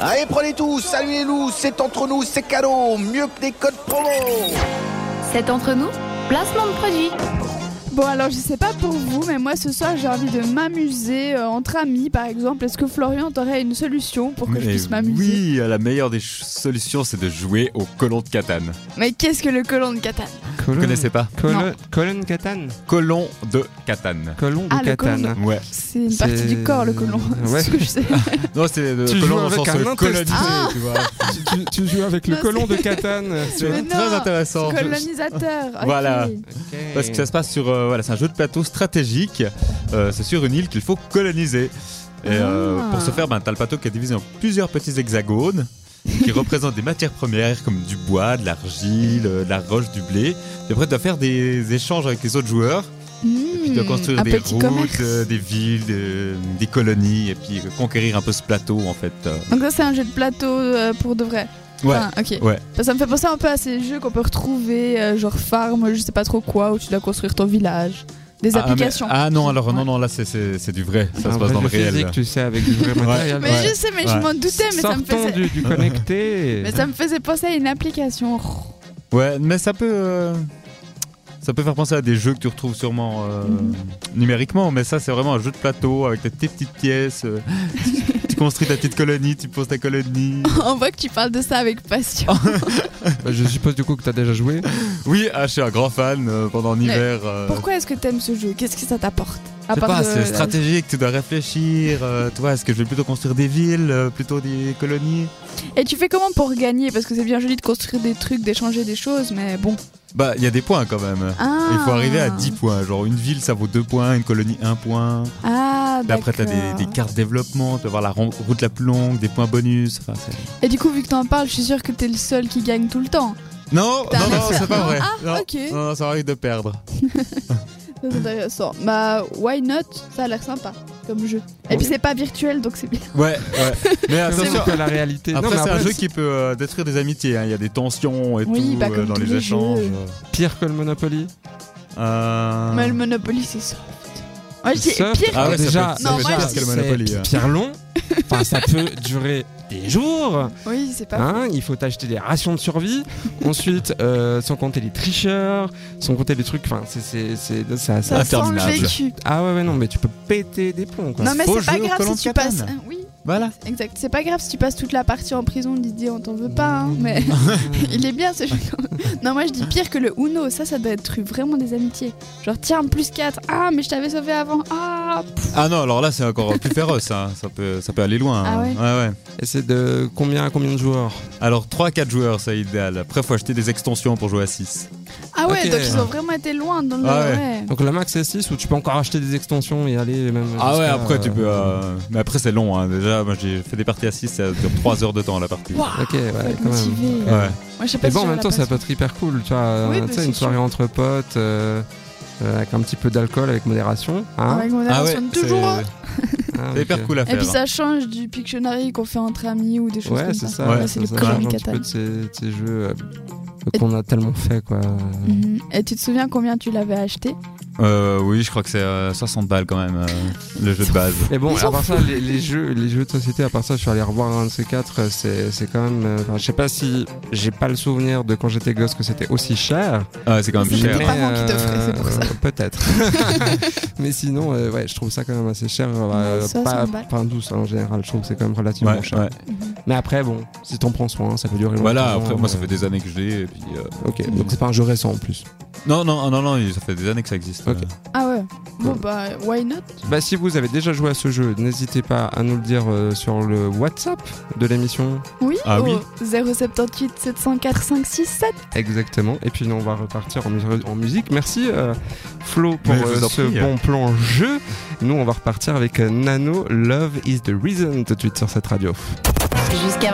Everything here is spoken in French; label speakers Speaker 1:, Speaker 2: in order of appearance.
Speaker 1: Allez, prenez tout, saluez-nous, c'est entre nous, c'est cadeau, mieux que des codes promo.
Speaker 2: C'est entre nous, placement de produit.
Speaker 3: Bon alors je sais pas pour vous mais moi ce soir j'ai envie de m'amuser euh, entre amis par exemple. Est-ce que Florian t'aurais une solution pour que je
Speaker 4: Mais
Speaker 3: puisse m'amuser
Speaker 4: Oui, euh, la meilleure des ch- solutions, c'est de jouer au colon de Catane.
Speaker 3: Mais qu'est-ce que le colon de Catane
Speaker 4: Vous connaissez pas
Speaker 3: Non.
Speaker 5: Colonne Colonne Catane.
Speaker 4: Colon de Catane.
Speaker 5: Colon de
Speaker 3: Ah, le colon.
Speaker 5: Catane.
Speaker 4: Ouais.
Speaker 3: C'est une
Speaker 5: C'est-
Speaker 3: partie du corps le colon.
Speaker 5: Ouais.
Speaker 3: C'est ce que je sais.
Speaker 4: Non, c'est le
Speaker 5: Tu joues
Speaker 4: colon dans le
Speaker 5: avec
Speaker 4: sens
Speaker 5: un
Speaker 4: euh, colonisé,
Speaker 3: intestin.
Speaker 4: tu vois.
Speaker 5: tu, tu- tu joues avec le
Speaker 3: Non,
Speaker 5: colon de
Speaker 3: c'est-
Speaker 5: Catane. tu vois.
Speaker 3: Mais
Speaker 4: Très
Speaker 3: non,
Speaker 4: intéressant.
Speaker 3: Colonisateur. ok. Hmm.
Speaker 4: Voilà.
Speaker 5: Ok.
Speaker 4: Parce que ça se passe sur. euh, voilà, c'est un jeu de plateau stratégique. Euh, c'est sur une île qu'il faut coloniser. Et euh,
Speaker 3: Ah.
Speaker 4: pour ce faire, ben, t'as le plateau qui est divisé en plusieurs petits hexagones qui représentent des matières premières comme du bois, de l'argile, euh, de la roche, du blé. Et après, tu dois faire des échanges avec les autres joueurs. Puis tu dois
Speaker 3: Hmm,
Speaker 4: construire
Speaker 3: un
Speaker 4: des
Speaker 3: petit
Speaker 4: routes,
Speaker 3: commerce.
Speaker 4: euh, des villes, de- des colonies et puis conquérir un peu ce plateau en fait. euh.
Speaker 3: Donc ça c'est un jeu de plateau euh, pour de vrai.
Speaker 4: Ouais. Ah,
Speaker 3: Enfin, ok.
Speaker 4: Ouais.
Speaker 3: Bah, ça me fait penser un peu à ces jeux qu'on peut retrouver euh, genre farm, je sais pas trop quoi, où tu dois construire ton village, des
Speaker 4: Ah, mais-
Speaker 3: applications.
Speaker 4: Ah, non, alors non,
Speaker 3: Ouais.
Speaker 4: non, là c'est- c'est c'est du vrai, ça
Speaker 5: Un
Speaker 4: se passe dans Ah, le
Speaker 5: vrai jeu
Speaker 4: réel.
Speaker 5: physique, tu sais, avec du vrai matériel.
Speaker 3: Mais
Speaker 4: Ouais.
Speaker 3: je sais, mais je
Speaker 4: Ouais.
Speaker 3: m'en doutais, mais ça me
Speaker 5: Sortons
Speaker 3: faisait.
Speaker 5: du, du connecté.
Speaker 3: Mais ça me faisait penser à une application.
Speaker 4: Ouais, mais ça peut. euh, Ça peut faire penser à des jeux que tu retrouves sûrement euh,
Speaker 3: Mhm.
Speaker 4: numériquement, mais ça c'est vraiment un jeu de plateau avec tes petites, petites pièces. euh, tu- tu construis ta petite colonie, tu poses ta colonie.
Speaker 3: On voit que tu parles de ça avec passion.
Speaker 4: Oh.
Speaker 5: Bah, Je suppose du coup que t'as déjà joué.
Speaker 4: Oui, ah, je suis un grand fan euh, pendant l'hiver. euh,
Speaker 3: Pourquoi est-ce que t'aimes ce jeu Qu'est-ce que ça t'apporte À
Speaker 4: Je sais pas,
Speaker 3: de-
Speaker 4: c'est stratégique, tu dois réfléchir. euh, tu vois, est-ce que je vais plutôt construire des villes, euh, plutôt des colonies
Speaker 3: Et tu fais comment pour gagner Parce que c'est bien joli de construire des trucs, d'échanger des choses, mais bon.
Speaker 4: Bah, il y a des points quand même.
Speaker 3: Ah.
Speaker 4: Il faut arriver à 10 points. Genre, une ville, ça vaut 2 points, une colonie, 1 point.
Speaker 3: Ah,
Speaker 4: Puis après, t'as des,
Speaker 3: d'accord.
Speaker 4: des cartes développement, tu vas avoir la ron- route la plus longue, des points bonus. Enfin, c'est-
Speaker 3: Et du coup, vu que t'en parles, je suis sûre que t'es le seul qui gagne tout le temps.
Speaker 4: non,
Speaker 3: T'as
Speaker 4: non,
Speaker 3: un Ah,
Speaker 4: non, c'est pas vrai. non,
Speaker 3: ok.
Speaker 4: non, non, ça arrive de perdre.
Speaker 3: Ça, C'est intéressant. Bah, why not Ça a l'air sympa comme jeu. Et puis, c'est pas virtuel, donc c'est bien.
Speaker 4: Ouais, ouais. Mais attention.
Speaker 5: que la réalité.
Speaker 4: Après,
Speaker 5: non, mais
Speaker 4: c'est un
Speaker 5: après,
Speaker 4: jeu qui peut euh, détruire des amitiés. hein. Il y a des tensions et
Speaker 3: Oui,
Speaker 4: tout
Speaker 3: bah,
Speaker 4: euh,
Speaker 3: comme
Speaker 4: dans
Speaker 3: tous
Speaker 4: les
Speaker 3: les
Speaker 4: échanges.
Speaker 3: jeux.
Speaker 5: c'est pire que le Monopoly.
Speaker 4: Euh,
Speaker 3: Mais le Monopoly, c'est soft. Moi, je dis
Speaker 5: Soft.
Speaker 3: pire.
Speaker 4: Ah ouais, ça
Speaker 5: déjà,
Speaker 4: peut-
Speaker 3: ça peut
Speaker 5: déjà,
Speaker 3: être pire
Speaker 5: c'est
Speaker 4: que le Monopoly, hein.
Speaker 5: Pierre long. Enfin, ça peut durer des jours.
Speaker 3: Oui, c'est pas.
Speaker 5: Hein, il faut t'acheter des rations de survie. Ensuite, euh, sans compter les tricheurs, sans compter les trucs. Enfin, c'est c'est c'est ça.
Speaker 3: ça
Speaker 5: ça-
Speaker 3: sent le
Speaker 4: interminable.
Speaker 3: vécu.
Speaker 5: Ah ouais ouais non mais tu peux péter des plombs quoi.
Speaker 3: Non, mais
Speaker 4: Faut
Speaker 3: c'est pas
Speaker 4: jouer au
Speaker 3: grave
Speaker 4: Colin
Speaker 3: si tu
Speaker 4: Catane.
Speaker 3: passes. hein, Oui,
Speaker 4: Voilà.
Speaker 3: exact. C'est pas grave si tu passes toute la partie en prison. L'idée, on t'en veut pas. hein, mais il est bien ce jeu. quand même. non, moi je dis pire que le Uno. Ça, ça doit être vraiment des amitiés. Genre, tiens, plus 4. Ah, mais je t'avais sauvé avant. Ah, pff.
Speaker 4: Ah non, alors là c'est encore plus féroce, hein. ça, peut, ça peut aller loin.
Speaker 3: Ah
Speaker 4: hein. ouais.
Speaker 5: Et c'est de combien à combien de joueurs
Speaker 4: Alors 3-4 joueurs c'est idéal, après faut acheter des extensions pour jouer à 6.
Speaker 3: ah ouais,
Speaker 5: Ok.
Speaker 3: donc ils ont vraiment été loin dans le.
Speaker 4: Ah ouais.
Speaker 3: ouais.
Speaker 5: Donc la max c'est 6 ou tu peux encore acheter des extensions et aller même.
Speaker 4: Ah ouais,
Speaker 5: jusqu'à,
Speaker 4: après tu peux...
Speaker 5: euh,
Speaker 4: euh, Mais après c'est long, hein. déjà moi j'ai fait des parties à 6, ça dure 3 heures de temps la partie.
Speaker 3: Waouh,
Speaker 5: Ok ouais
Speaker 3: faut être
Speaker 5: quand même.
Speaker 3: motivé.
Speaker 4: Ouais.
Speaker 3: Moi, je sais pas
Speaker 5: Mais
Speaker 3: si
Speaker 5: bon en
Speaker 3: j'aurais
Speaker 5: même
Speaker 3: la
Speaker 5: temps ça
Speaker 3: patience.
Speaker 5: peut être hyper cool tu vois.
Speaker 3: Oui,
Speaker 5: euh,
Speaker 3: bah,
Speaker 5: tu
Speaker 3: c'est
Speaker 5: sais une soirée
Speaker 3: sûr.
Speaker 5: entre potes euh, euh, avec un petit peu d'alcool avec modération. Hein
Speaker 3: Avec mon attention de toujours. hein.
Speaker 4: Ah c'est
Speaker 5: Ah,
Speaker 4: c'est hyper
Speaker 5: ok.
Speaker 4: cool à
Speaker 3: Et
Speaker 4: faire. hein.
Speaker 3: puis ça change du Pictionary qu'on fait entre amis ou des choses
Speaker 5: Ouais
Speaker 3: comme
Speaker 5: c'est
Speaker 3: ça.
Speaker 5: ça.
Speaker 4: Ouais,
Speaker 3: Là,
Speaker 5: ça,
Speaker 3: c'est le
Speaker 5: ça
Speaker 3: colon
Speaker 5: change
Speaker 3: de
Speaker 5: un petit peu
Speaker 3: Catane.
Speaker 5: de ces, de ces jeux euh, qu'on a tellement fait quoi.
Speaker 3: Mhm. Et tu te souviens combien tu l'avais acheté
Speaker 4: Euh, oui, je crois que c'est euh, 60 balles quand même, euh, le jeu de base.
Speaker 5: Et bon,
Speaker 3: Ils sont
Speaker 5: à part ça, les, les jeux, les jeux de société, à part ça, je suis allé revoir un de ces quatre. euh, C'est, c'est quand même. euh, enfin, je sais pas si j'ai pas le souvenir de quand j'étais gosse que c'était aussi cher. euh,
Speaker 4: Ah, c'est quand même
Speaker 3: C'était
Speaker 4: cher.
Speaker 3: tes parents qui t'offraient, c'est pour ça.
Speaker 5: Peut-être. mais sinon, euh, ouais, je trouve ça quand même assez cher. euh,
Speaker 3: Ouais, 60
Speaker 5: pas,
Speaker 3: balles.
Speaker 5: pas douce en général. Je trouve que c'est quand même relativement
Speaker 4: Ouais,
Speaker 5: cher.
Speaker 4: ouais.
Speaker 5: Mais après, bon, si t'en prends soin, ça peut durer longtemps.
Speaker 4: Voilà, après moi ça
Speaker 5: euh,
Speaker 4: fait des années que je l'ai. et puis, euh,
Speaker 5: Ok, donc c'est pas un jeu récent en plus.
Speaker 4: Non, non, non, non, ça fait des années que ça existe.
Speaker 5: Ok.
Speaker 3: Ah ouais. Bon
Speaker 5: Ouais.
Speaker 3: bah why not
Speaker 5: Bah, si vous avez déjà joué à ce jeu, n'hésitez pas à nous le dire euh, sur le WhatsApp de l'émission.
Speaker 3: Oui.
Speaker 4: Ah oui.
Speaker 3: au 078 704 567.
Speaker 5: Exactement. Et puis nous, on va repartir en, mus- en musique. Merci euh, Flo pour
Speaker 4: Mais je vous
Speaker 5: euh,
Speaker 4: en
Speaker 5: ce
Speaker 4: prie.
Speaker 5: bon plan jeu. Nous, on va repartir avec euh, Nano Love is the Reason tout de suite sur cette radio.
Speaker 2: Jusqu'à